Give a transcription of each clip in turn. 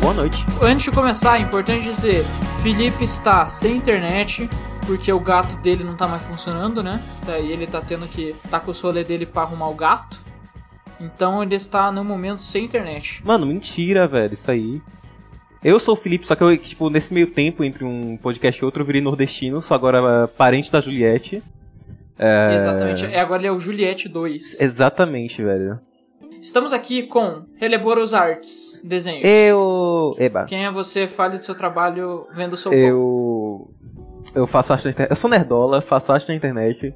Boa noite. Antes de começar, é importante dizer: Felipe está sem internet. Porque o gato dele não tá mais funcionando, né? Daí ele tá tendo que. tá com o rolê dele pra arrumar o gato. Então ele está no momento sem internet. Mano, mentira, velho, isso aí. Eu sou o Felipe, só que eu, tipo, nesse meio tempo, entre um podcast e outro, eu virei nordestino, sou agora ah, parente da Juliette. Exatamente. É, agora ele é o Juliette 2. Exatamente, velho. Estamos aqui com Releboros Arts, desenho. Eu. Eba. Quem é você? Fale do seu trabalho vendo seu pão. Eu. Eu faço arte na internet. Eu sou nerdola, faço arte na internet.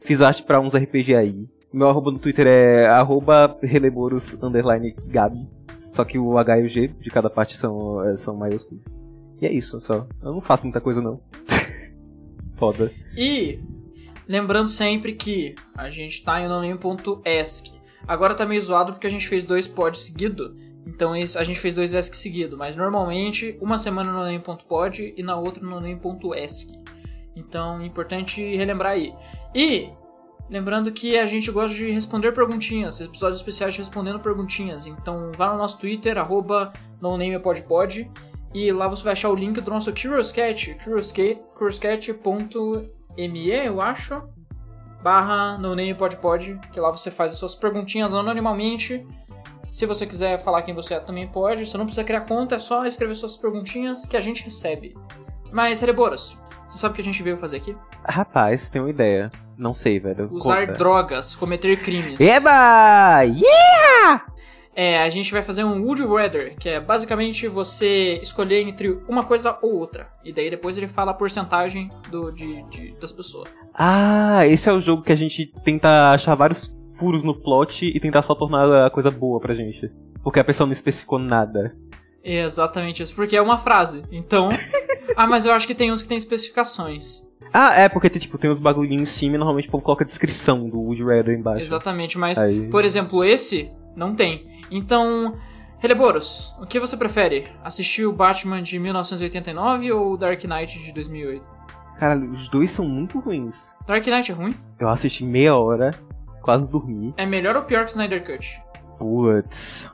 Fiz arte pra uns RPG aí. Meu arroba no Twitter é arroba releboros underline gabi. Só que o H e o G de cada parte são, eh, são maiúsculos. E é isso, só. Eu não faço muita coisa, não. Foda. E lembrando sempre que a gente tá em noninho.esc. Agora tá meio zoado porque a gente fez dois pods seguido. Então esse- a gente fez dois ESC seguido, mas normalmente uma semana no noninho.pod e na outra no noninho.esc. Então, importante relembrar aí. E lembrando que a gente gosta de responder perguntinhas, episódios especiais respondendo perguntinhas. Então, vá no nosso Twitter arroba @nonameapodpod um e lá você vai achar o link do nosso Curious Cat, curiousca- curiouscat.me, eu acho barra no name pode pode, que lá você faz as suas perguntinhas anonimamente. Se você quiser falar quem você é, também pode. Você não precisa criar conta, é só escrever suas perguntinhas que a gente recebe. Mas, Reboras, você sabe o que a gente veio fazer aqui? Rapaz, tenho uma ideia. Não sei, velho. Usar Conta. drogas, cometer crimes. Eba! Yeah! É, a gente vai fazer um Would You Rather, que é basicamente você escolher entre uma coisa ou outra. E daí depois ele fala a porcentagem do, de, de- das pessoas. Ah, esse é o jogo que a gente tenta achar vários furos no plot e tentar só tornar a coisa boa pra gente. Porque a pessoa não especificou nada. É exatamente isso, porque é uma frase. Então. ah, mas eu acho que tem uns que tem especificações. Ah, é, porque tem, tipo, tem uns bagulhinhos em cima e normalmente o povo coloca a descrição do Wood Rather embaixo. Exatamente, mas, Aí. por exemplo, esse não tem. Então, Releboros, o que você prefere? Assistir o Batman de 1989 ou o Dark Knight de 2008? Caralho, os dois são muito ruins. Dark Knight é ruim? Eu assisti meia hora, quase dormi. É melhor ou pior que Snyder Cut? Putz.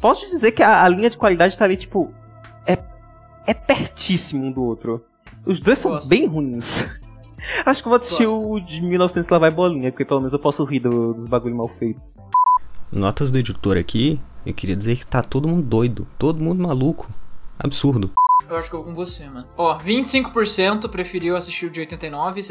Posso te dizer que a, a linha de qualidade tá ali, tipo. É, é pertíssimo um do outro. Os dois são Gosto. bem ruins. Acho que eu vou assistir Gosto. o de 1900 lá vai bolinha, porque pelo menos eu posso rir do- dos bagulho mal feito. Notas do editor aqui, eu queria dizer que tá todo mundo doido, todo mundo maluco. Absurdo. Eu acho que eu vou com você, mano. Ó, 25% preferiu assistir o de 89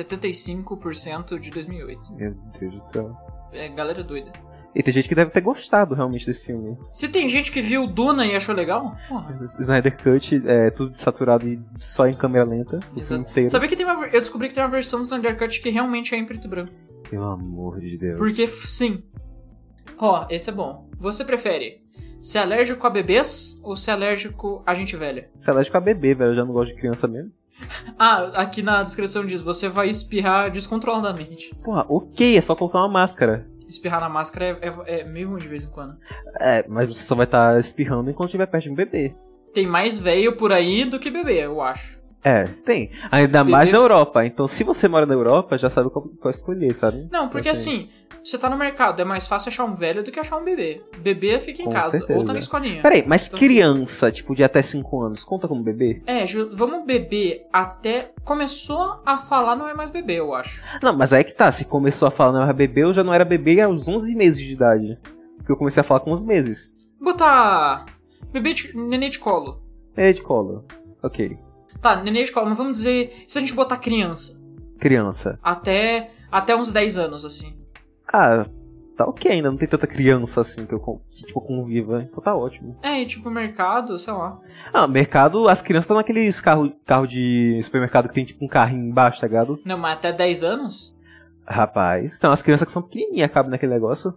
75% de 2008. Meu Deus do céu. É galera doida. E tem gente que deve ter gostado realmente desse filme. Se tem gente que viu o Duna e achou legal, porra. Snyder Cut, é tudo desaturado e só em câmera lenta. O filme Exato. inteiro. Sabia que tem uma. ver- Eu descobri que tem uma versão do Snyder Cut que realmente é em preto e branco. Pelo amor de Deus. Porque f- sim. Ó, esse é bom. Você prefere ser alérgico a bebês ou ser alérgico a gente velha? Você é alérgico a bebê, velho. Eu já não gosto de criança mesmo. Ah, aqui na descrição diz: você vai espirrar descontroladamente. Porra, ok, é só colocar uma máscara. Espirrar na máscara é, é- é meio ruim de vez em quando. É, mas você só vai estar espirrando enquanto estiver perto de um bebê. Tem mais velho por aí do que bebê, eu acho. É, tem. Ainda Bebês- mais na Europa. Então, se você mora na Europa, já sabe qual, qual escolher, sabe? Não, porque assim, você tá no mercado, é mais fácil achar um velho do que achar um bebê. Bebê fica em Com casa, ou tá certeza. É, na escolinha. Peraí, mas Então, criança, tipo, de até 5 anos, conta como bebê? É, Ju, vamos beber até. Começou a falar, não é mais bebê, eu acho. Não, mas aí que tá. Se começou a falar não era bebê, eu já não era bebê aos 11 meses de idade. Porque eu comecei a falar com uns meses. Botar. Bebê de. Nenê de colo. É de colo. Ok. Tá, nenê de colo, mas vamos dizer. Se a gente botar criança. Criança. Até. Até uns 10 anos, assim. Ah, tá ok ainda. Não tem tanta criança assim que eu, con- que, tipo, conviva. Então tá ótimo. É, e tipo, mercado, sei lá. Ah, mercado, as crianças estão naqueles carro, carro de supermercado que tem tipo um carrinho embaixo, tá ligado? Não, mas até 10 anos? Rapaz, então as crianças que são pequenininhas cabem naquele negócio.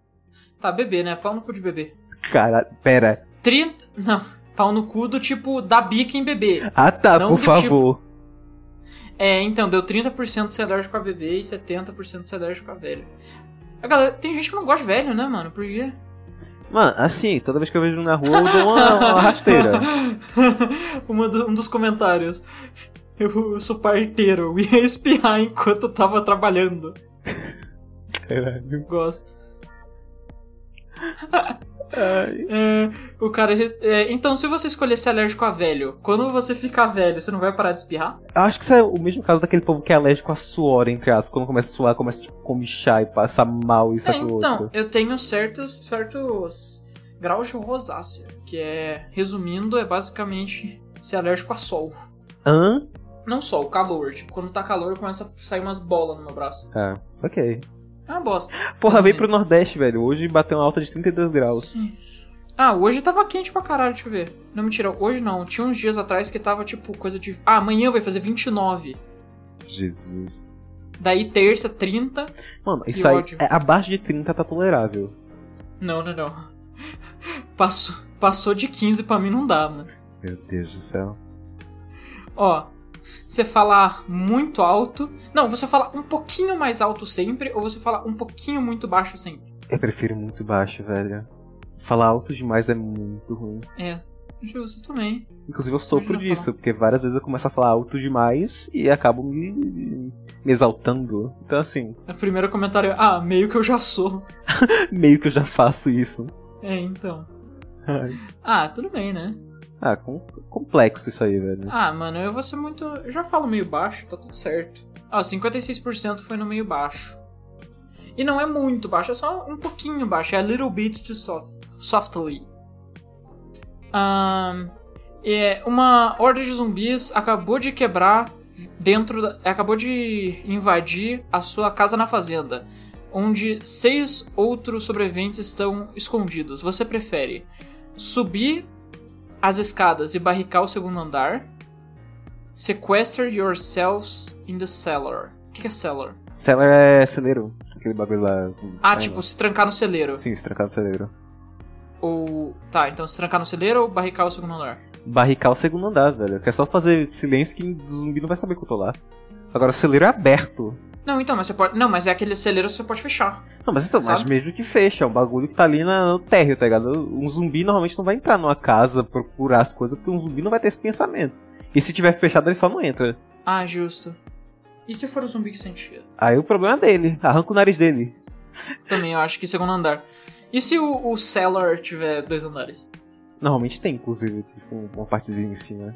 Tá, bebê, né? Pau no cu de bebê. Cara, pera. 30. Não. Pau no cu do tipo da bica em bebê. Ah tá, Não por do favor. É, então, deu 30% ser alérgico a bebê e 70% ser alérgico a velho. A galera, tem gente que não gosta de velho, né, mano? Por quê? Mano, assim, toda vez que eu vejo um na rua, eu dou uma, uma é rasteira. Uma do- um dos comentários. Eu, eu sou parteiro, eu ia espirrar enquanto eu tava trabalhando. Gosto. É, o cara. é, então, se você escolher ser alérgico a velho, quando você ficar velho, você não vai parar de espirrar? Acho que isso é o mesmo caso daquele povo que é alérgico a suor, entre aspas. Quando começa a suar, começa a tipo, comichar e passa mal e isso É, aqui o então, outro. eu tenho certos, certos graus de rosácea, que é, resumindo, é basicamente ser alérgico a sol. Hã? Não sol, calor. Tipo, quando tá calor, começa a sair umas bolas no meu braço. Ah, ok. É uma bosta. Porra, veio pro Nordeste, velho. Hoje bateu uma alta de 32 graus. Sim. Ah, hoje tava quente pra caralho, deixa eu ver. Não, mentira, hoje não. Tinha uns dias atrás que tava tipo coisa de. Ah, amanhã vai fazer 29. Jesus. Daí terça, 30. Mano, Que isso aí. ódio. é- abaixo de 30 tá tolerável. Não, não, não. Passou, passou de 15 pra mim não dá, mano. Meu Deus do céu. Ó, você falar muito alto. Não, você fala um pouquinho mais alto sempre, ou você fala um pouquinho muito baixo sempre. Eu prefiro muito baixo, velho. Falar alto demais é muito ruim. É, justo também. Inclusive eu sofro Imagina disso, falar. porque várias vezes eu começo a falar alto demais e acabo me, me exaltando. Então assim, O primeiro comentário é, ah, meio que eu já sou. meio que eu já faço isso. É, então. Ai. Ah, tudo bem, né? Ah, com- complexo isso aí, velho. Ah, mano, eu vou ser muito. Eu já falo meio baixo, tá tudo certo. Ah, 56% foi no meio baixo. E não é muito baixo, é só um pouquinho baixo. É a little bit too soft, softly. Ahn, é, uma horda de zumbis acabou de quebrar dentro da, acabou de invadir a sua casa na fazenda, onde seis outros sobreviventes estão escondidos. Você prefere subir as escadas e barricar o segundo andar. Sequester yourselves in the cellar. O que que é cellar? Cellar é celeiro. Aquele bagulho lá. Ah, Ai, tipo, não. se trancar no celeiro. Sim, se trancar no celeiro. Ou. Tá, então se trancar no celeiro ou barricar o segundo andar. Barricar o segundo andar, velho. Que é só fazer silêncio que o zumbi não vai saber que eu tô lá. Agora o celeiro é aberto. Não, então, mas você pode. Não, mas é aquele celeiro que você pode fechar. Não, mas então, mas Sabe? mesmo que fecha, é um bagulho que tá ali na- no térreo, tá ligado? Um zumbi normalmente não vai entrar numa casa procurar as coisas, porque um zumbi não vai ter esse pensamento. E se tiver fechado, ele só não entra. Ah, justo. E se for o zumbi que sentia? Aí o problema é dele, arranca o nariz dele. Também eu acho que segundo andar. E se o, o cellar tiver dois andares? Normalmente tem, inclusive, tipo, uma partezinha em cima.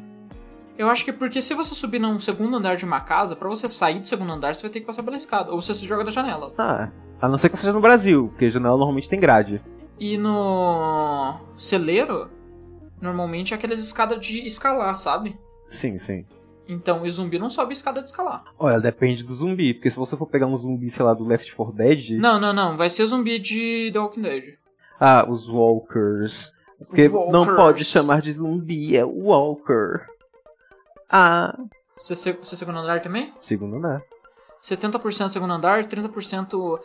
Eu acho que porque se você subir num segundo andar de uma casa, pra você sair do segundo andar, você vai ter que passar pela escada. Ou você se joga da janela. Ah, a não ser que seja no Brasil, porque janela normalmente tem grade. E no celeiro, normalmente é aquelas escadas de escalar, sabe? Sim, sim. Então, o zumbi não sobe a escada de escalar. Olha, depende do zumbi, porque se você for pegar um zumbi, sei lá, do Left 4 Dead... Não, não, não. Vai ser zumbi de The Walking Dead. Ah, os walkers. Porque não Walkers. pode chamar de zumbi, é walker. Ah, Você se- você é segundo andar também? segundo né? andar. 70% segundo andar, 30%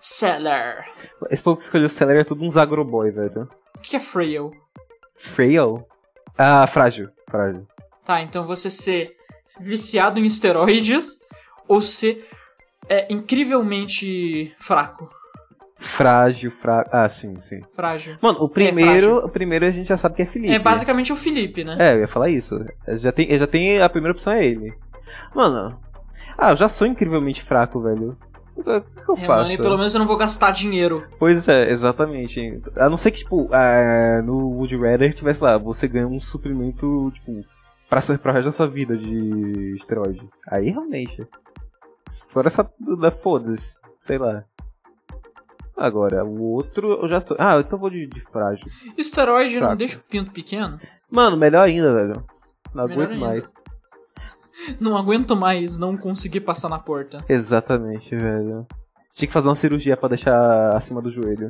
cellar. Esse povo que escolheu o Celery é tudo uns agroboy, velho. O que é frail? Frail? Ah, frágil. Frágil. Tá, então você ser viciado em esteroides ou ser é, incrivelmente fraco. Frágil, frágil. Ah, sim, sim. Frágil. Mano, o primeiro, o primeiro a gente já sabe que é Felipe. É basicamente o Felipe, né? É, eu ia falar isso. Eu Já tem, eu já tem a primeira opção é ele. Mano, ah, eu já sou incrivelmente fraco, velho. O que o que eu É, faço? mano, e pelo menos eu não vou gastar dinheiro. Pois é, exatamente. A não ser que, tipo, ah, no Wood Rather tivesse lá, você ganha um suprimento, tipo, pra, ser- pra resto da sua vida de esteroide. Aí realmente. Se for essa da foda-se, sei lá. Agora, o outro eu já sou. Ah, então eu vou de, de frágil. Esteroide não Fraco. deixa o pinto pequeno? Mano, melhor ainda, velho. Não Melhor aguento ainda. mais. Não aguento mais não conseguir passar na porta. Exatamente, velho. Tinha que fazer uma cirurgia pra deixar acima do joelho.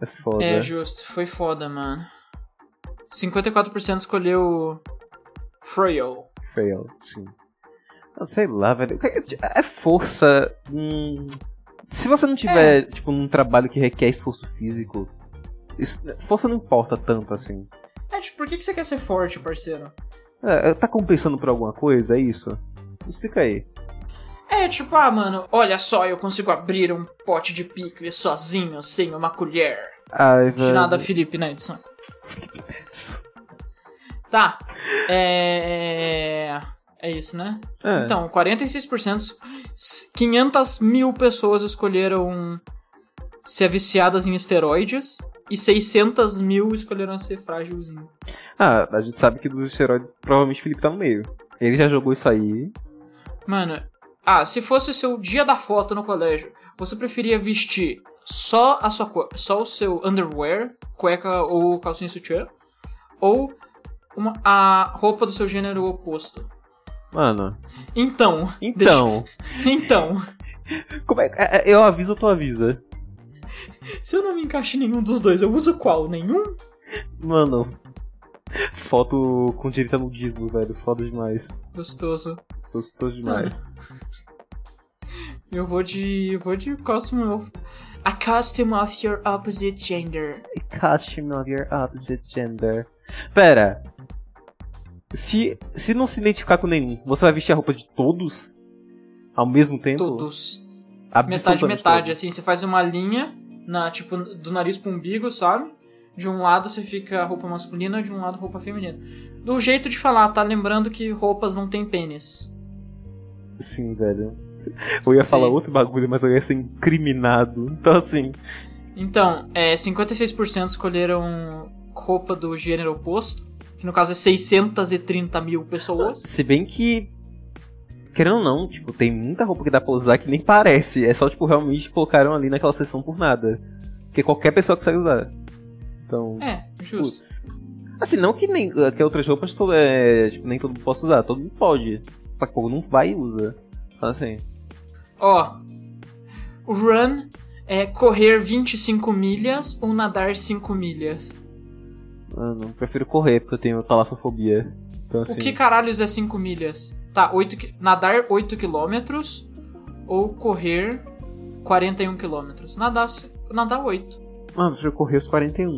É foda. É justo, foi foda, mano. 54% escolheu Frail. Fail, sim. Ah, Sei lá, velho. É força. hum, Se você não tiver, tipo, num trabalho que requer esforço físico, isso- força não importa tanto assim. É, tipo, por que, que você quer ser forte, parceiro? É, tá compensando por alguma coisa, é isso? Explica aí. É, tipo, ah, mano, olha só, eu consigo abrir um pote de picles sozinho, sem uma colher. Ai, Ah, De velho. nada, Felipe, né, na edição. Tá, é... É isso, né? É. Então, 46%, 500 mil pessoas escolheram ser viciadas em esteroides e 600 mil escolheram ser frágilzinho. Ah, a gente sabe que dos esteroides, provavelmente o Felipe tá no meio. Ele já jogou isso aí. Mano, ah, se fosse seu dia da foto no colégio, você preferia vestir só a sua cua- só o seu underwear, cueca ou calcinha sutiã, ou uma, a roupa do seu gênero oposto? Mano, Então, então. então, Como é que. é, é, Eu aviso ou tu avisa? se eu não me encaixo em nenhum dos dois, eu uso qual? Nenhum? Mano. Foto com direito a nudismo, velho. Foda demais. Gostoso. Gostoso demais. Eu vou de. Eu vou de costume of. A costume of your opposite gender. Costume of your opposite gender. Pera. Se, se não se identificar com nenhum, você vai vestir a roupa de todos? Ao mesmo tempo? Todos. Metade, Absolutamente metade. Assim, você faz uma linha, na tipo, do nariz pro umbigo, sabe? De um lado você fica a roupa masculina, de um lado roupa feminina. Do jeito de falar, tá? Lembrando que roupas não tem pênis. todos. Sim, velho. Eu ia falar Sim. outro bagulho, mas eu ia ser incriminado. Então, assim. Então, é, 56% escolheram roupa do gênero oposto, que no caso é 630 mil pessoas. Se bem que. Querendo ou não, tipo, tem muita roupa que dá pra usar que nem parece. É só, tipo, realmente colocaram ali naquela sessão por nada. Porque qualquer pessoa consegue usar. Então. É, justo. Putz. Assim, não que nem que outras roupas todo, é, tipo, nem todo mundo possa usar, todo mundo pode. Só que o povo não vai e usa. Então, assim, Ó, o run é correr 25 milhas ou nadar 5 milhas. mano, eu prefiro correr porque eu tenho talassofobia. Então, assim, O que caralhos é 5 milhas? Tá, 8, qui- nadar 8 quilômetros ou correr 41 quilômetros. Nadar, ci- nadar 8. mano, eu prefiro correr os 41.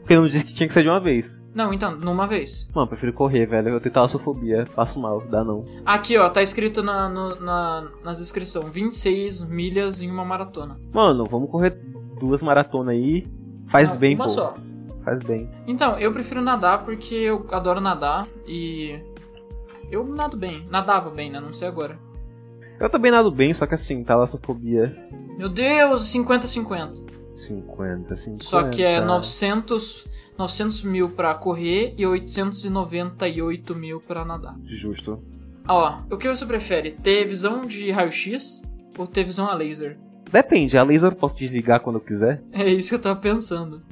Porque não disse que tinha que ser de uma vez. Não, então, numa vez. Mano, eu prefiro correr, velho. Eu tenho talassofobia, passo mal, dá não. Aqui, ó, tá escrito na, no, na, na descrição: 26 milhas em uma maratona. Mano, vamos correr duas maratonas aí. Faz Não, bem, Ah, uma pô. só. Faz bem. Então, eu prefiro nadar porque eu adoro nadar e. Eu nado bem. Nadava bem, né? Não sei agora. Eu também nado bem, só que assim, talassofobia. Meu Deus, 50-50. 50, 50. Só que é 900, 900 mil pra correr e 898 mil pra nadar. Justo. Ó, o que você prefere? Ter visão de raio-x ou ter visão a laser? Depende, a laser eu posso desligar quando eu quiser. É isso que eu tava pensando.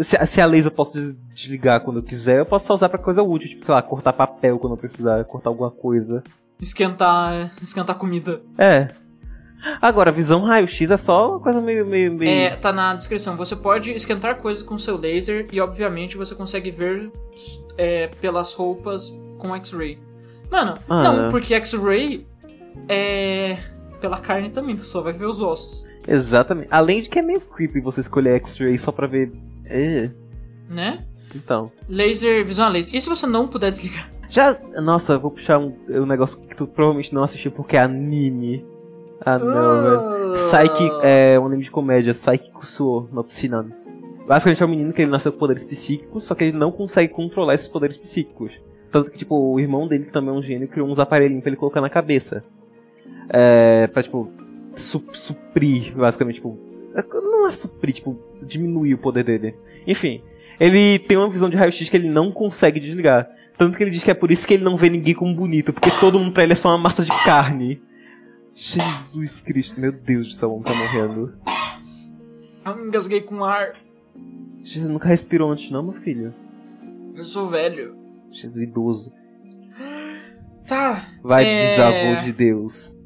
Se, se a laser eu posso des- desligar quando eu quiser, eu posso só usar pra coisa útil, tipo, sei lá, cortar papel quando eu precisar, cortar alguma coisa. Esquentar, esquentar comida. É. Agora, visão raio-x é só uma coisa meio. meio, meio... É, tá na descrição. Você pode esquentar coisas com seu laser e, obviamente, você consegue ver é, pelas roupas com X-ray. Mano, Ah, não, é. porque X-ray é pela carne também, tu só vai ver os ossos, Exatamente. Além de que é meio creepy você escolher X-ray só pra ver. É. né? Então. Laser, visão a laser. E se você não puder desligar? Já. Nossa, eu vou puxar um, um negócio que tu provavelmente não assistiu porque é anime. Ah, não, velho. Psyche é um anime de comédia, Psyche Kusuo no Psinan. Basicamente é um menino que ele nasceu com poderes psíquicos, só que ele não consegue controlar esses poderes psíquicos. Tanto que, tipo, o irmão dele, que também é um gênio, criou uns aparelhinhos pra ele colocar na cabeça. É, pra, tipo, su- suprir, basicamente, tipo... Não é suprir, tipo, diminuir o poder dele. Enfim, ele tem uma visão de raio-x que ele não consegue desligar. Tanto que ele diz que é por isso que ele não vê ninguém como bonito, porque todo mundo pra ele é só uma massa de carne. Jesus Cristo, meu Deus do céu, o homem tá morrendo. Eu me engasguei com ar. Jesus, nunca respirou antes, não, meu filho? Eu sou velho. Jesus, idoso. Tá, Vai, É. bisavô de Deus.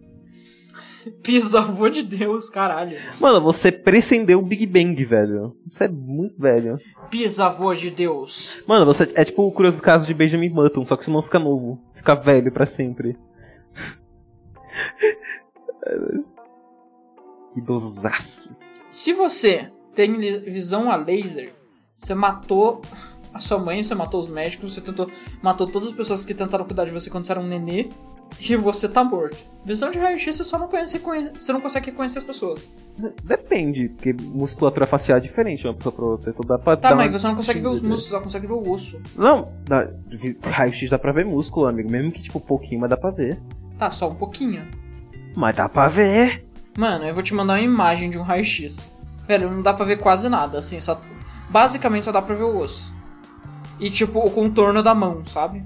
bisavô de Deus, caralho. Mano, você precendeu o Big Bang, velho. Você é muito velho. Bisavô de Deus. Mano, você é tipo o curioso caso de Benjamin Button, só que você não fica novo. Fica velho pra sempre. Idosaço. Se você tem li- visão a laser, você matou a sua mãe, você matou os médicos, você tentou, matou todas as pessoas que tentaram cuidar de você quando você era um nenê, e você tá morto. Visão de raio-x, você só não conhece, conhe- você não consegue reconhecer as pessoas. Depende, porque musculatura facial é diferente de uma pessoa pra outra. Então dá pra Tá, dar uma mas você não consegue ver os distinguida. músculos, só consegue ver o osso. Não, dá- vi- raio-x dá pra ver músculo, amigo. Mesmo que, tipo, pouquinho, mas dá pra ver. Tá, só um pouquinho. Mas dá pra ver. Mano, eu vou te mandar uma imagem de um raio-x. Velho, não dá pra ver quase nada, assim, só. Basicamente só dá pra ver o osso. E tipo, o contorno da mão, sabe?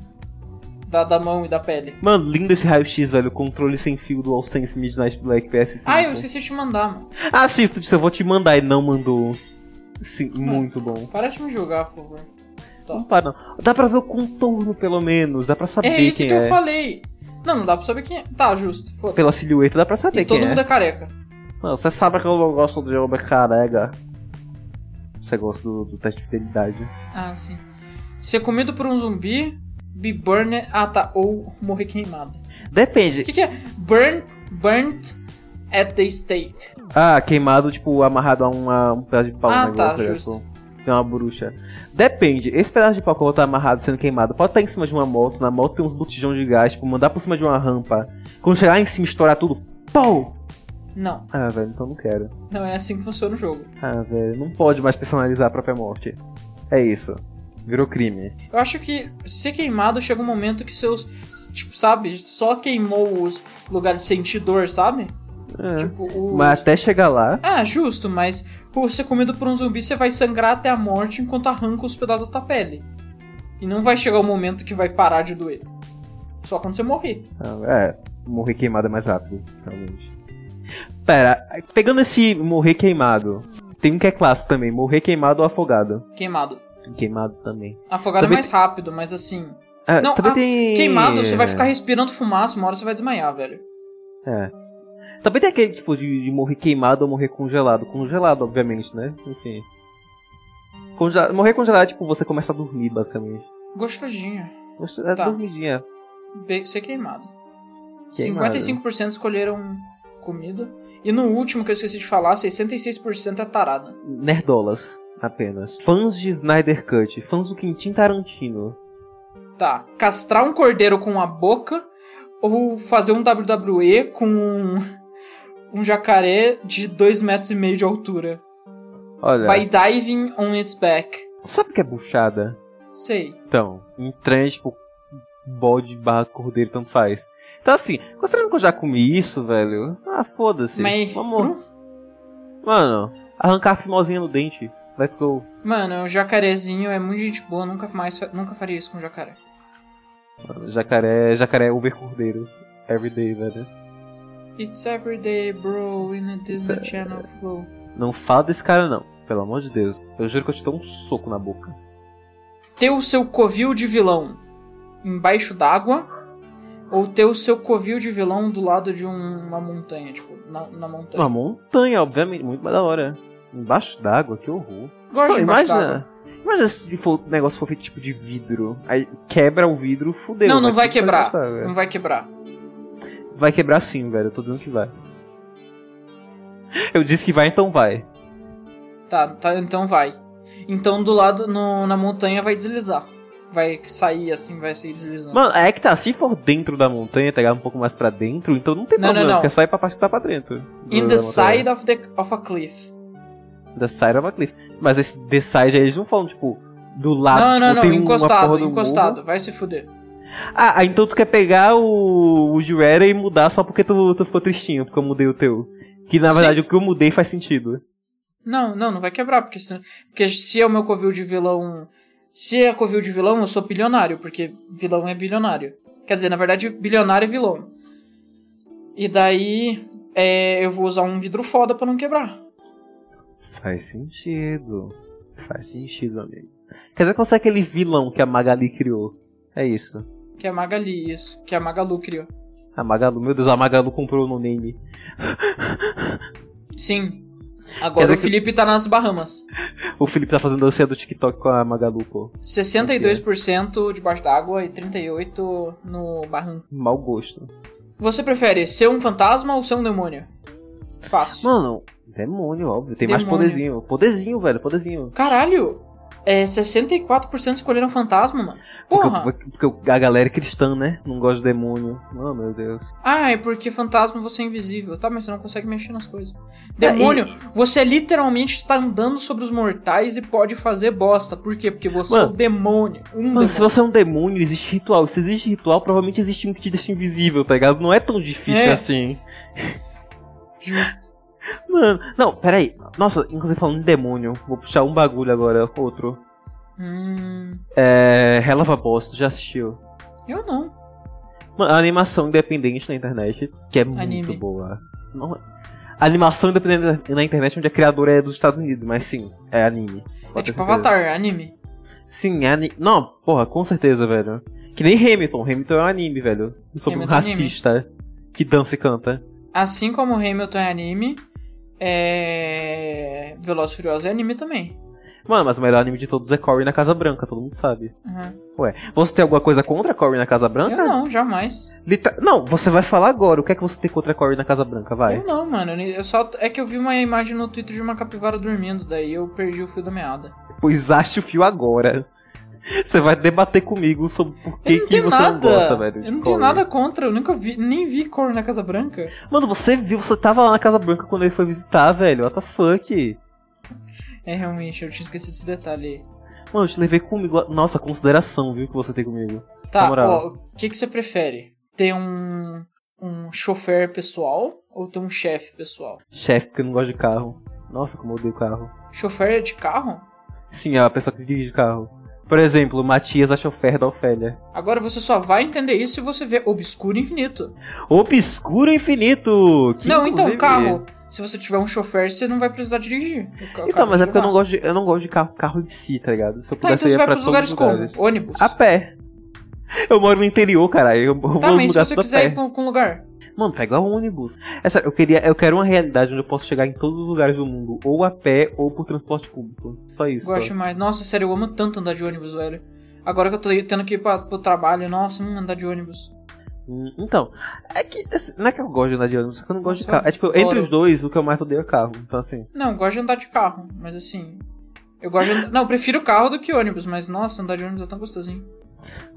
Da, da mão e da pele. Mano, lindo esse raio-x, velho. O controle sem fio do AllSense Midnight Black PS5. Ah, eu esqueci de te mandar, mano. Ah, sim, tu disse, eu vou te mandar e não mandou. Sim, muito bom. Para de me julgar, por favor. Tá. Não para, não. Dá pra ver o contorno, pelo menos. Dá pra saber É isso quem que é. eu falei. Não, não dá pra saber quem é. Tá, justo. Foda-se. Pela silhueta, dá pra saber E todo quem é. mundo é careca. Mano, você sabe que eu não gosto de homem careca. Você gosta do, do teste de fidelidade. Ah, sim. Ser comido por um zumbi, be burned, ah tá, ou morrer queimado. Depende. O que, que é? Burn, burnt at the stake. Ah, queimado, tipo, amarrado a uma, um pedaço de pau. Ah, um tá, negócio, justo. tipo, Tem uma bruxa. Depende. Esse pedaço de pau que eu vou estar amarrado sendo queimado pode estar em cima de uma moto. Na moto tem uns botijão de gás, tipo, mandar por cima de uma rampa. Quando chegar em cima, estourar tudo. Pou! Não, Ah, velho, então não quero. não é assim que funciona o jogo. Ah, velho, não pode mais personalizar a própria morte. É isso. Virou crime. Eu acho que ser queimado chega um momento que seus, tipo, sabe, só queimou os lugares de sentir dor, sabe? É. Tipo, os... Mas até chegar lá. Ah, justo, mas por ser comido por um zumbi, você vai sangrar até a morte enquanto arranca os pedaços da tua pele. E não vai chegar o momento que vai parar de doer. Só quando você morrer. ah, É, morrer queimado é mais rápido, realmente. Pera, pegando esse morrer queimado, tem um que é clássico também: morrer queimado ou afogado. Queimado. Queimado também. Afogado Também é mais rápido, mas assim. Ah, Não, também a- tem. Queimado, você vai ficar respirando fumaça, uma hora você vai desmaiar, velho. É. Também tem aquele tipo de, de morrer queimado ou morrer congelado. Congelado, obviamente, né? Enfim. Conge- Morrer congelado é tipo você começa a dormir, basicamente. Gostosinho. Você é Tá. dormidinha. Be- ser queimado. Queimado. 55% escolheram comida. E no último que eu esqueci de falar, 66% é tarada. Nerdolas, apenas. Fãs de Snyder Cut, fãs do Quintin Tarantino. Tá. Castrar um cordeiro com a boca ou fazer um WWE com um, um jacaré de 2 metros e meio de altura. Olha, By diving on its back. sabe o que é buchada? Sei. Então, em trans, tipo, bode barra cordeiro, tanto faz. Então assim, considerando que eu já comi isso, velho, ah, foda-se. Mas Vamos, cru? mano, arrancar a fimosinha no dente. Let's go. Mano, o jacarezinho é muito gente boa, nunca mais fa- nunca faria isso com um jacaré. Mano, jacaré, jacaré over cordeiro. Everyday, velho. It's everyday, bro, in a Disney Channel flow. Não fala desse cara não, pelo amor de Deus. Eu juro que eu te dou um soco na boca. Ter o seu covil de vilão embaixo d'água ou ter o seu covil de vilão do lado de um- uma montanha, tipo, na, na montanha. Uma montanha, obviamente, muito mais da hora. Embaixo d'água, que horror. Gosto Pô, de embaixo d'água. imagina. Imagina se for- o negócio for feito tipo de vidro. Aí quebra o vidro, fudeu. Não, não mas vai tudo quebrar. um pra embaixo d'água. Não vai quebrar. Vai quebrar sim, velho. Eu tô dizendo que vai. Eu disse que vai, então vai. Tá, tá, então vai. Então do lado no- na montanha vai deslizar. Vai sair assim, vai sair deslizando. Mano, é que tá. Se for dentro da montanha, pegar um pouco mais pra dentro, então não tem Não, não, problema, não. porque é só ir pra parte que tá pra dentro. In the do- da montanha. side of, the, of a cliff. The side of a cliff. Mas esse the side aí, eles não falam, tipo, do lado. não, não, tipo, não. tem uma encostado, porra do encostado. morro. Vai se fuder. Ah, ah, então tu quer pegar o, o Juera e mudar só porque tu, tu ficou tristinho, porque eu mudei o teu. Que na Sim. verdade o que eu mudei faz sentido. Não, não, não vai quebrar, porque se, porque se é o meu covil de vilão. Se é covil de vilão, eu sou bilionário, porque vilão é bilionário. Quer dizer, na verdade, bilionário é vilão. E daí é, eu vou usar um vidro foda pra não quebrar. Faz sentido. Faz sentido, amigo. Quer dizer que você é aquele vilão que a Magali criou. É isso. Que é a Magali, isso. Que é a Magalu criou. A Magalu, meu Deus, a Magalu comprou no name. Sim. Agora dizer o Felipe tá nas Bahamas. O Felipe tá fazendo dancinha do TikTok com a Magalu, pô. 62% debaixo d'água e 38% no barranco. Mau gosto. Você prefere ser um fantasma ou ser um demônio? Fácil. Mano, demônio, óbvio. Tem mais Demônio. poderzinho. Poderzinho, velho, poderzinho. Caralho! É 64% escolheram fantasma, É mano. Porra! Porque, porque a galera é cristã, né? Não gosta de demônio. Oh, meu Deus. Ah, é porque fantasma você é invisível. Tá, mas você não consegue mexer nas coisas. Demônio, você literalmente está andando sobre os mortais e pode fazer bosta. Por quê? Porque você é Mano. um demônio. Um Mano, demônio. se você é um demônio, existe ritual. Se existe ritual, provavelmente assim. existe um que te deixa invisível, tá ligado? Não é tão difícil É. assim. Justo. Mano, não, peraí. Nossa, inclusive falando de demônio, vou puxar um bagulho agora, outro. Hum. É. Relava Boss, já assistiu? Eu não. Mano, a animação independente na internet, que é muito Anime. boa. Não, a animação independente na internet, onde a criadora é dos Estados Unidos, mas sim, é anime. É Pode ter tipo certeza. Avatar, anime. Sim, é anime. Não, porra, com certeza, velho. Que nem Hamilton. Hamilton é um anime, velho. Sobre Hamilton um é anime. racista que dança e canta. Assim como Hamilton é anime, é. Veloz e Furioso é anime também. Mano, mas o melhor anime de todos é Corey na Casa Branca, todo mundo sabe. Uhum. Ué, você tem alguma coisa contra Corey na Casa Eu Branca? não, jamais. Liter- Não, você vai falar agora. O que é que você tem contra Corey na Casa Branca? Vai. Eu não, mano. Eu só... É que eu vi uma imagem no Twitter de uma capivara dormindo, daí eu perdi o fio da meada. Pois ache o fio agora. Você vai debater comigo sobre por que, eu não que tenho você nada. não gosta, velho. de eu não Corey. tenho nada contra, eu nunca vi, nem vi cor na Casa Branca. Mano, você viu, você tava lá na Casa Branca quando ele foi visitar, velho. What the fuck? É realmente, eu tinha esquecido esse detalhe Mano, eu te levei comigo. Nossa, consideração, viu, que você tem comigo. aí. Tá, Na moral. ó, o que, que você prefere? Ter um, um chofer pessoal ou ter um chefe pessoal? chefe porque eu não gosto de carro. Nossa, como eu odeio carro. Chofer é de carro? Sim, é a pessoa que dirige carro. Por exemplo, Matias, a chofer da Ofélia. Agora você só vai entender isso se você ver Obscuro Infinito. Obscuro Infinito! que não, então, inclusive- carro. Se você tiver um chofer, você não vai precisar dirigir. O ca- o Então, carro mas é vai porque eu não levar. gosto de, eu não gosto de carro, carro em si, tá ligado? Se eu Tá, pudesse, então você eu ia vai pra pros todos lugares os como? lugares. Ah, Ônibus. A pé. Eu moro no interior, cara. Eu vou tá, mudar mas se você tudo a quiser pé. ir pra um pra um lugar. Mano, pega o ônibus. É sério, eu, queria, eu quero uma realidade onde eu posso chegar em todos os lugares do mundo, ou a pé, ou por transporte público. Só isso. Gosto mais. Nossa, sério, eu amo tanto andar de ônibus, velho. Agora que eu tô tendo que ir pra, pro trabalho, nossa, hum, andar de ônibus. Hum, Então, é que assim, não é que eu gosto de andar de ônibus, só que eu não gosto de Nossa, carro. É tipo, adoro. entre os dois, o que eu mais odeio é carro. Então, assim, Não, eu gosto de andar de carro, mas assim. Eu gosto de andar... Não, eu prefiro carro do que ônibus, mas nossa, andar de ônibus é tão gostosinho.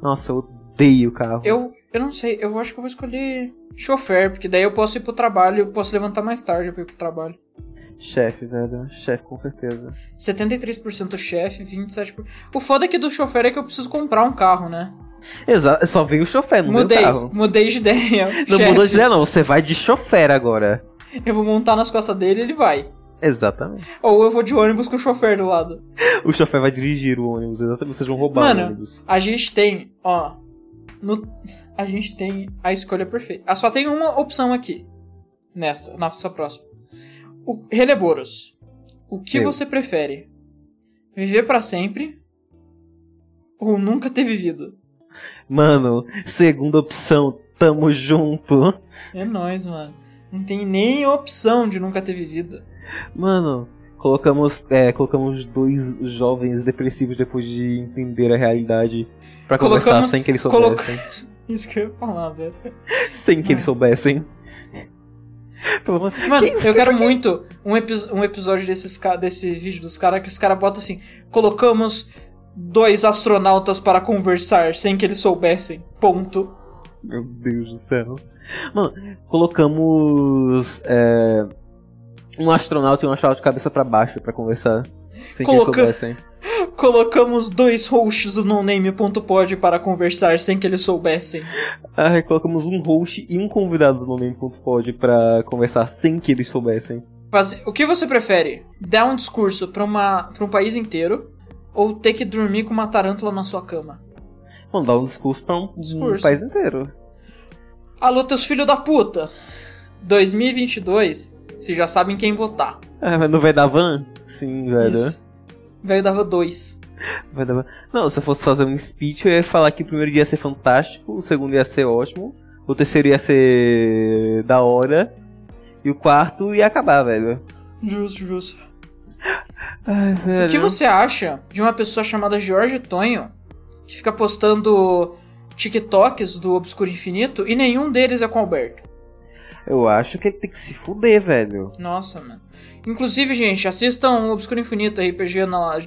nossa, eu odeio carro. Eu, eu não sei, eu acho que eu vou escolher chofer, porque daí eu posso ir pro trabalho, eu posso levantar mais tarde pra ir pro trabalho. Chefes, né? Dan? Chefe, com certeza. 73% chefe, 27%. O foda aqui do chofer é que eu preciso comprar um carro, né? Exato, só veio o chofer, não veio mudei, carro. mudei de ideia. Não chefe. mudou de ideia, não. Você vai de chofer agora. Eu vou montar nas costas dele e ele vai. Exatamente. Ou eu vou de ônibus com o chofer do lado. O chofer vai dirigir o ônibus, exatamente. Vocês vão roubar Mano. o ônibus. A gente tem, ó. No, a gente tem a escolha perfeita. Ah, só tem uma opção aqui. Nessa, na sua próxima. O, Releboros. O que Eu. você prefere? Viver pra sempre? Ou nunca ter vivido? Mano, segunda opção, tamo junto. É nóis, mano. Não tem nem opção de nunca ter vivido. Mano, colocamos, é, colocamos dois jovens depressivos depois de entender a realidade pra Colocamos- conversar sem que eles soubessem. coloca- Isso que eu ia falar, velho. sem que eles soubessem. É. Pelo amor- Mano, Quem- eu quero muito um, epi- um episódio desses ca- desse vídeo dos caras que os caras botam assim: colocamos dois astronautas para conversar sem que eles soubessem. Ponto. Meu Deus do céu. Mano, colocamos é, um astronauta e um astronauta de cabeça pra baixo pra conversar. Sem Coloca- que eles soubessem. Colocamos dois hosts do noname.pod para conversar sem que eles soubessem. Ah, colocamos um host e um convidado no nome.pod pra conversar sem que eles soubessem. Fazer- o que você prefere? Dar um discurso para um país inteiro ou ter que dormir com uma tarântula na sua cama? Mano, dá um discurso pra um, um Discurso. país inteiro. Alô, teus filhos da puta! 2022, vocês já sabem quem votar. Ah, mas não vai dar van? Sim, velho. Isso. Velho dava dois. Vai dar... Não, se eu fosse fazer um speech, eu ia falar que o primeiro dia ia ser fantástico, o segundo ia ser ótimo, o terceiro ia ser da hora, e o quarto ia acabar, velho. Justo, justo. Ai, velho. O que você acha de uma pessoa chamada Jorge Tonho que fica postando TikToks do Obscuro Infinito e nenhum deles é com o Alberto? Eu acho que ele tem que se fuder, velho. Nossa, mano. Inclusive, gente, assistam o Obscuro Infinito RPG na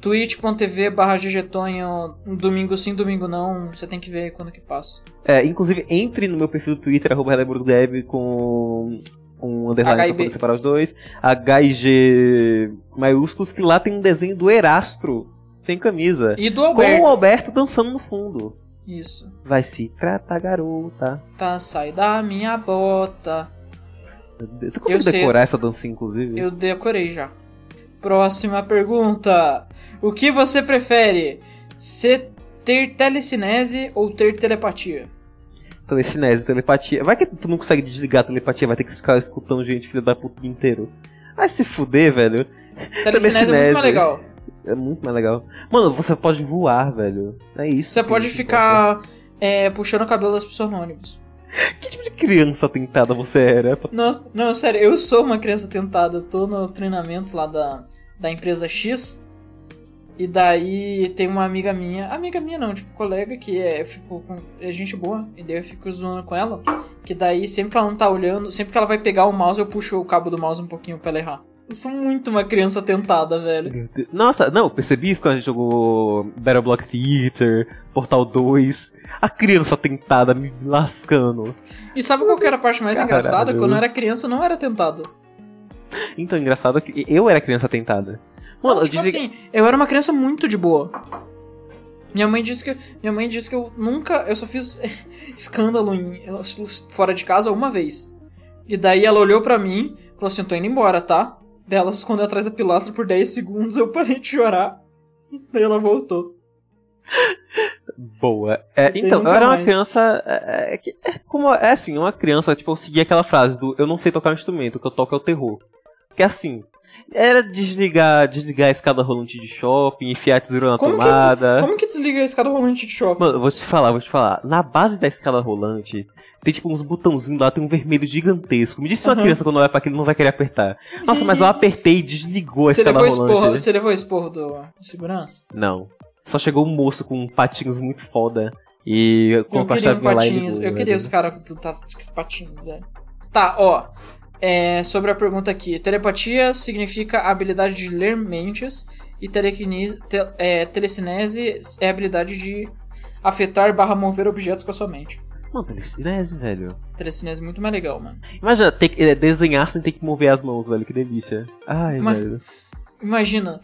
twitch.tv barra ggtonho, um domingo sim, domingo não, você tem que ver quando que passa. É, inclusive, entre no meu perfil do Twitter, arroba Helleborgsgab, com um underline pra HIB. poder separar os dois, HIG maiúsculos, que lá tem um desenho do Erastro, sem camisa, E do com o Alberto. Alberto dançando no fundo. Isso. Vai se tratar, garota. Tá, sai da minha bota. Tu consegue sei. decorar essa dancinha, inclusive? Eu decorei já. Próxima pergunta. O que você prefere? Ser ter telecinese ou ter telepatia? Telecinese, telepatia. Vai que tu não consegue desligar a telepatia, vai ter que ficar escutando gente filha da puta o dia inteiro. Ai, se fuder, velho. Telecinese é muito mais Telecinese. legal. É muito mais legal. Mano, você pode voar, velho. É isso. Você que pode isso ficar é, puxando o cabelo das pessoas no ônibus. importa. Que tipo de criança tentada você era? Nossa, não, sério, eu sou uma criança tentada. Eu tô no treinamento lá da, da empresa X. E daí tem uma amiga minha, amiga minha não, tipo, colega que é, fico com- é gente boa, e daí eu fico zoando com ela. Que daí sempre que ela não tá olhando, sempre que ela vai pegar o mouse, eu puxo o cabo do mouse um pouquinho pra ela errar. Eu sou muito uma criança tentada, velho. Nossa, não, percebi isso quando a gente jogou Battle Block Theater, Portal 2. A criança tentada me lascando. E sabe qual que era a parte mais Caralho. engraçada? Quando eu era criança, eu não era tentada. Então, engraçado que eu era criança tentada. Mano, tipo eu desliga- assim, eu era uma criança muito de boa. Minha mãe disse que minha mãe disse que eu nunca, eu só fiz escândalo em- fora de casa uma vez. E daí ela olhou pra mim, falou assim: "Tô indo embora, tá?" Daí ela se escondeu atrás da pilastra por 10 segundos, eu parei de chorar. Daí ela voltou. Boa. É, Tem então, nunca eu era uma mais. criança. É, é que- é como, é assim, uma criança, tipo, eu seguia aquela frase do eu não sei tocar um instrumento, o que eu toco é o terror. Que assim, era desligar, desligar a escada rolante de shopping, enfiar a tesoura na Como que, tomada. des- como que desliga a escada rolante de shopping? Mano, eu vou te falar, vou te falar. Na base da escada rolante, tem tipo uns botãozinhos lá, tem um vermelho gigantesco. Me disse uma Aham. criança quando olha pra aquilo não vai querer apertar. Nossa, mas eu apertei e desligou a Você escada levou, rolante. esporro, você levou esporro do, do segurança? Não. Só chegou um moço com patins muito foda e Eu colocou a queria um chave lá e patins. ligou, Eu queria velho. os caras do tá, com patins, velho. Tá, ó. É, sobre a pergunta aqui. Telepatia significa a habilidade de ler mentes. E telequinese, te- é, telecinese é a habilidade de afetar barra mover objetos com a sua mente. Mano, telecinese, velho. Telecinese é muito mais legal, mano. Imagina, ter que, eh, desenhar sem ter que mover as mãos, velho. Que delícia. Ai, Mas- velho. Imagina,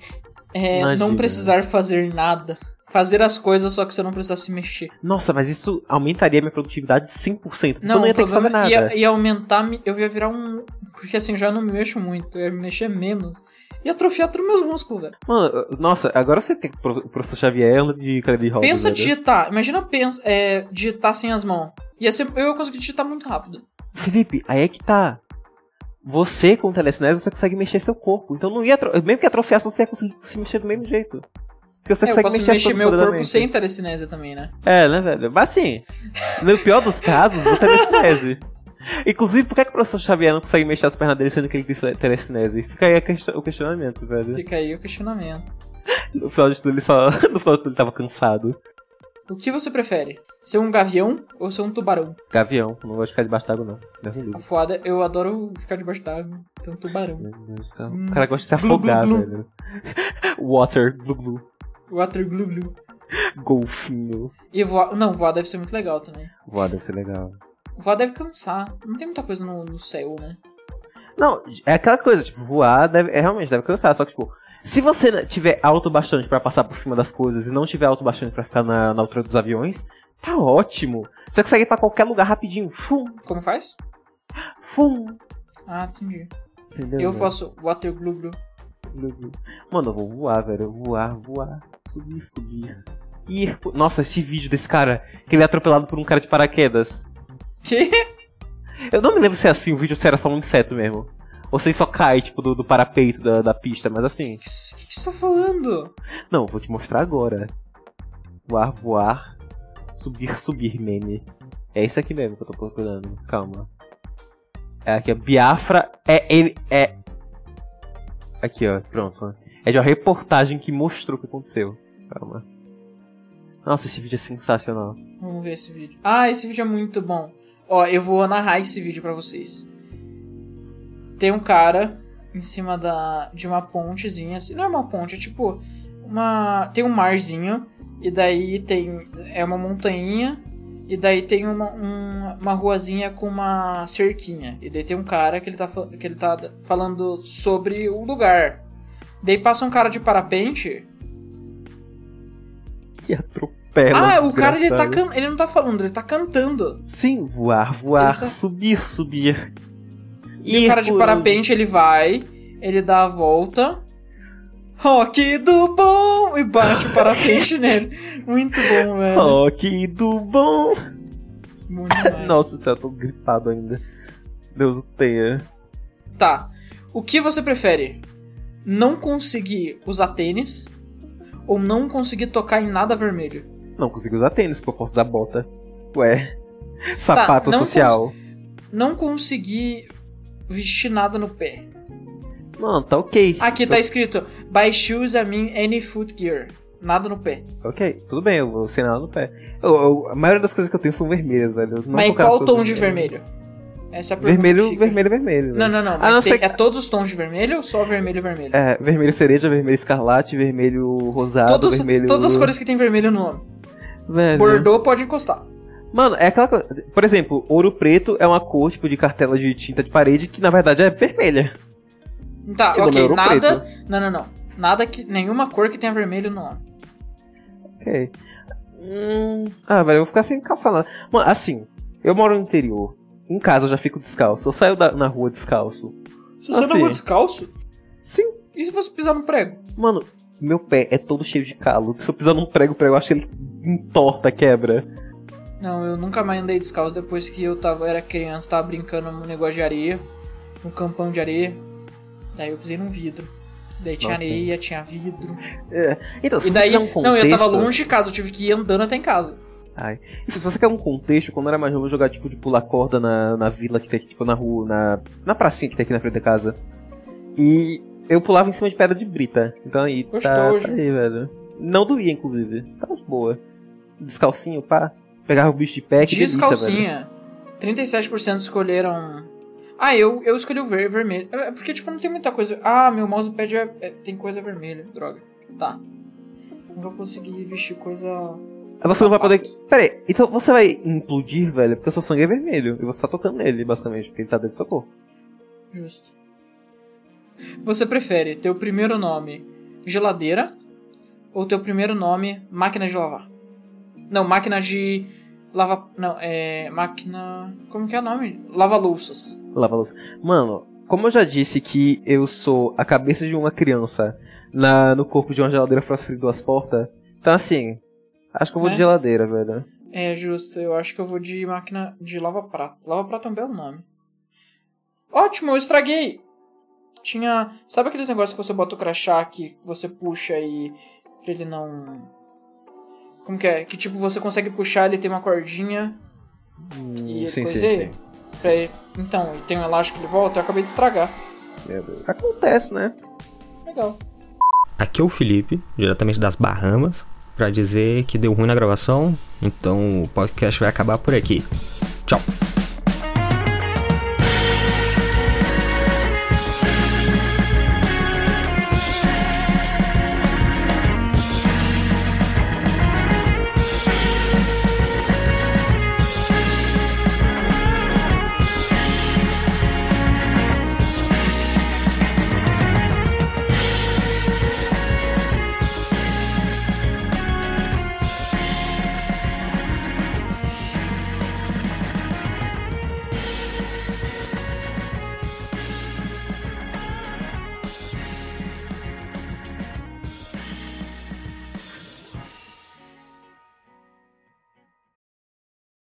é, não Imagina. né? precisar fazer nada. Fazer as coisas só que você não precisar se mexer. Nossa, mas isso aumentaria minha produtividade 100%. Porque eu não o ia ter que fazer problema é nada. Ia, ia aumentar, mi- eu ia virar um. Porque assim, eu já não me mexo muito, eu ia me mexer menos. Ia atrofiar todos os meus músculos, velho. Mano, nossa, agora você tem que pro- o professor Xavier ela de Cleber Hall. Pensa velho. digitar, imagina pensa, é, digitar sem as mãos. Ia ser, eu ia conseguir digitar muito rápido. Felipe, aí é que tá. Você, com telecinese, você consegue mexer seu corpo. Então não ia... atro- Mesmo que atrofiasse, você ia conseguir se mexer do mesmo jeito. Porque você É, eu consegue posso mexer, mexer, as coisas meu corpo poderosamente. sem telecinésia também, né? É, né, velho? Mas assim, no pior dos casos, o telecinese. Inclusive, por que, que o professor Xavier não consegue mexer as pernas dele sendo que ele tem tele- telecinese? Fica aí a question- o questionamento, velho. Fica aí o questionamento. No final de tudo, ele só. No final de tudo, ele tava cansado. O que você prefere? Ser um gavião ou ser um tubarão? Gavião, não gosto de ficar debaixo d'água, não. Deus me livre. A foda, eu adoro ficar debaixo d'água. Então, tubarão. Meu Deus do céu. Hum. O cara gosta de se Glu, glu, afogar, glu. velho. Water, glu, glu, Water glu glu. golfinho. E voar. Não, voar deve ser muito legal também. Uau, deve ser legal. Voar deve cansar. Não tem muita coisa no, no céu, né? Não, é aquela coisa, tipo, voar deve, é, realmente deve cansar, só que, tipo, se você n- tiver alto bastante pra passar por cima das coisas e não tiver alto bastante pra ficar na, na altura dos aviões, tá ótimo. Você consegue ir pra qualquer lugar rapidinho. Fum, Como faz? fum. Ah, entendi. Entendeu? Eu velho? faço water glu glu. Mano, eu vou voar, velho. Eu vou Voar, voar. Subir, subir. Ir. pro- Nossa, esse vídeo desse cara que ele é atropelado por um cara de paraquedas. Que? Eu não me lembro se é assim o vídeo, se era só um inseto mesmo. Ou se ele só cai, tipo, do, do parapeito da, da pista, mas assim. O que que você tá falando? Não, vou te mostrar agora. Voar, voar. Subir, subir, meme. É esse aqui mesmo que eu tô procurando. Calma. É aqui, ó. Biafra é. ele- é... Aqui, ó. Pronto. ó. É de uma reportagem que mostrou o que aconteceu. Calma. Nossa, esse vídeo é sensacional. Vamos ver esse vídeo. Ah, esse vídeo é muito bom. Ó, eu vou narrar esse vídeo pra vocês. Tem um cara em cima da de uma pontezinha, assim, não é uma ponte, é tipo uma tem um marzinho e daí tem é uma montanha e daí tem uma, um- uma ruazinha com uma cerquinha e daí tem um cara que ele tá fal- que ele tá falando sobre o lugar. Daí passa um cara de parapente E atropela. Ah, o cara ele tá É desgraçado. can... ele não tá falando, ele tá cantando. Sim, voar, voar, Ele tá- subir, subir. E o cara de Por- parapente, ele vai, ele dá a volta. Rock do bom! E bate o parapente nele. Muito bom, velho. Rock do bom. Bom demais. Nossa senhora, tô gripado ainda. Deus o tenha. Tá. O que você prefere? Não conseguir usar tênis ou não conseguir tocar em nada vermelho? Não consigo usar tênis, porque eu posso usar bota. Ué. Sapato Tá, não social. Não conseguir vestir nada no pé. Mano, tá ok. Aqui tá escrito: By shoes I mean any footgear. Nada no pé. Ok, tudo bem, eu vou sinal no pé. Eu- eu- a maioria das coisas que eu tenho são vermelhas, velho. Eu não Mas sou qual cara o tom de sou- vermelho? Essa é a pergunta. que Vermelho, fica. vermelho, vermelho. né? Não, não, não. A não mas tem- ser... É todos os tons de vermelho ou só vermelho e vermelho? É, vermelho cereja, vermelho escarlate, vermelho rosado, Todos- vermelho... É, né? Todas as cores que tem vermelho no nome. Velho. Bordeaux pode encostar. Mano, é aquela coisa... Por exemplo, ouro preto é uma cor, tipo, de cartela de tinta de parede, que na verdade é vermelha. Tá, Eu dou meu ok. ouro Nada. Não, não, não. Nada que. Nenhuma cor que tenha vermelho no nome. Ok. Hum, ah, velho, eu vou ficar sem calça nada. Mano, assim, eu moro no interior. Em casa eu já fico descalço. Eu saio da- na rua descalço. Se você não Assim. for descalço, Sim, e se você pisar no prego? Mano, meu pé é todo cheio de calo. Se eu pisar num prego, o prego eu acho que ele entorta, quebra. Não, eu nunca mais andei descalço depois que eu tava, era criança, tava brincando num negócio de areia, num campão de areia. Daí eu pisei num vidro. Daí tinha Nossa. areia, tinha vidro. Então, se E você daí. quiser um contexto... Não, eu tava longe de casa, eu tive que ir andando até em casa. Ai. Se você quer um contexto, quando eu era mais novo, eu jogava, tipo, de pular corda na, na vila que tem aqui, tipo, na rua, na, na pracinha que tem aqui na frente da casa. E eu pulava em cima de pedra de brita. Então aí, tá, tá Gostoso. aí, velho. Não doía, inclusive. Tava de boa. Descalcinho, pá. Pegava o bicho de pé, que delícia, velho. Descalcinha. 37% escolheram. Ah, eu, eu escolhi o ver, vermelho. É Porque, tipo, não tem muita coisa. Ah, meu mousepad é, é- tem coisa vermelha. Droga. Tá. Nunca consegui vestir coisa. Aí Você não vai poder... Sapato. Pera aí, então você vai implodir, velho, porque o seu sangue é vermelho. E você tá tocando nele, basicamente, porque ele tá dentro do seu corpo. Justo. Você prefere ter o primeiro nome geladeira ou teu primeiro nome máquina de lavar? Não, máquina de lavar. Não, é. Máquina. Como que é o nome? Lava-louças. Lava louça. Mano, como eu já disse que eu sou a cabeça de uma criança na, no corpo de uma geladeira frouxa de duas portas, então assim, acho que eu vou É. de geladeira, velho. É, justo. Eu acho que eu vou de máquina de lava-prata. Lava-prata é um belo nome. Ótimo, eu estraguei! Tinha. Sabe aqueles negócios que você bota o crachá que você puxa e. pra ele não. Como que é? Que tipo você consegue puxar, ele tem uma cordinha e Hum, sim, coisei. Pra ele- Então, e tem um elástico que ele volta, eu acabei de estragar. Meu Deus. Acontece, né? Legal. Aqui é o Felipe, diretamente das Bahamas, pra dizer que deu ruim na gravação, então o podcast vai acabar por aqui. Tchau!